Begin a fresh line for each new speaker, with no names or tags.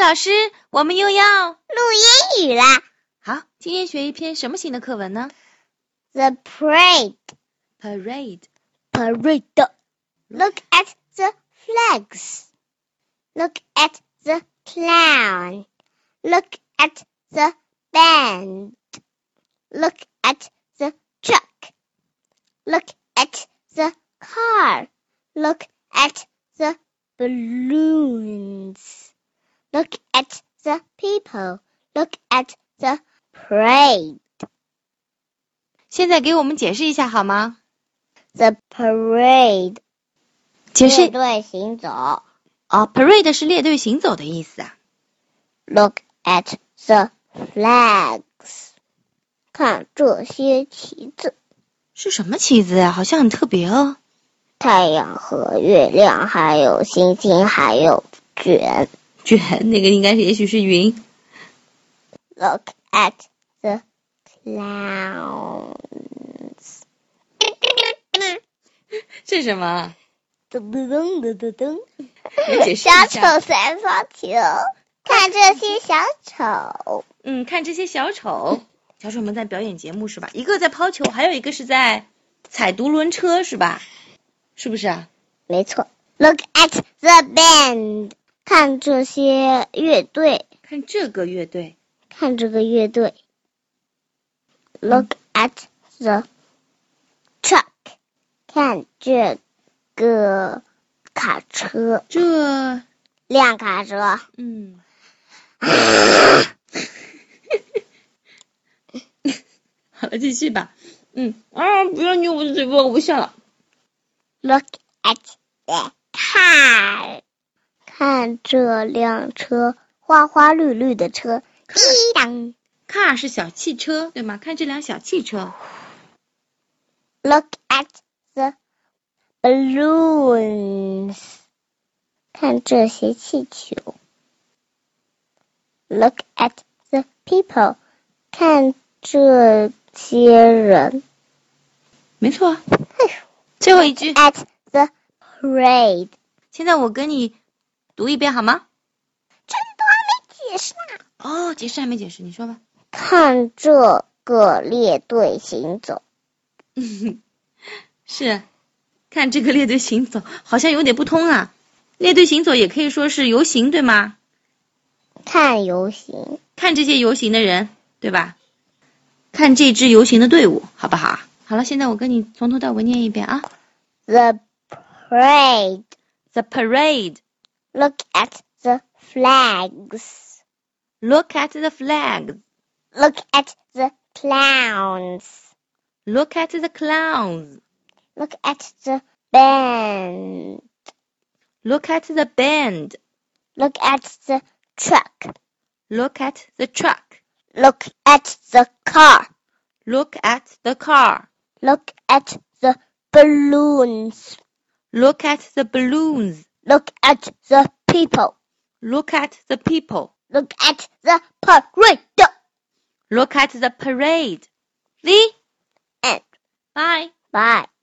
老师，我们又要
录英语啦。
好，今天学一篇什么型的课文呢
The parade,
？Parade。
parade. Look at the flags. Look at the clown. Look at the band. Look at the truck. Look at the car. Look at the balloons. Look at the people. Look at the parade.
现在给我们解释一下好吗？
The parade
解
列
释
队行走。
哦，parade 是列队行走的意思啊。
Look at the flags，看这些旗子，
是什么旗子呀？啊好像很特别哦。
太阳和月亮，还有星星，还有卷。
卷，那个应该是，也许是云。
Look at the clowns，
是什么？
噔噔噔噔噔噔，
来解释
小
一下。
丑三方球，看这些小丑，
嗯，看这些小丑，小丑们在表演节目是吧？一个在抛球，还有一个是在踩独轮车是吧？是不是啊？
没错。Look at the band，看这些乐队。
看这个乐队。
看这个乐队。Look at the truck，看这个卡车，
这，
辆卡车。
嗯，好了，继续吧。嗯，啊，不要捏我的嘴巴，我不笑了。
Look at the car，看这辆车，花花绿绿的车。滴当。
car 是小汽车，对吗？看这辆小汽车。
Look at the balloons，看这些气球。Look at the people，看这些人。
没错。最后一句，
At the parade，
现在我跟你读一遍好吗？
真的还没解释啊呢。
哦，解释还没解释，你说吧。
看这个列队行走，
是，看这个列队行走，好像有点不通啊。列队行走也可以说是游行，对吗？
看游行。
看这些游行的人，对吧？看这支游行的队伍，好不好啊？好了，现在我跟你从头到尾念一遍啊。
The parade。
The parade.
Look at the flags。
Look at the flags.
Look at the clowns.
Look at the clowns.
Look at the band.
Look at the band.
Look at the truck.
Look at the truck.
Look at the car.
Look at the car.
Look at the balloons.
Look at the balloons.
Look at the people.
Look at the people.
Look at the parade.
Look at the parade. The
End.
Bye.
Bye.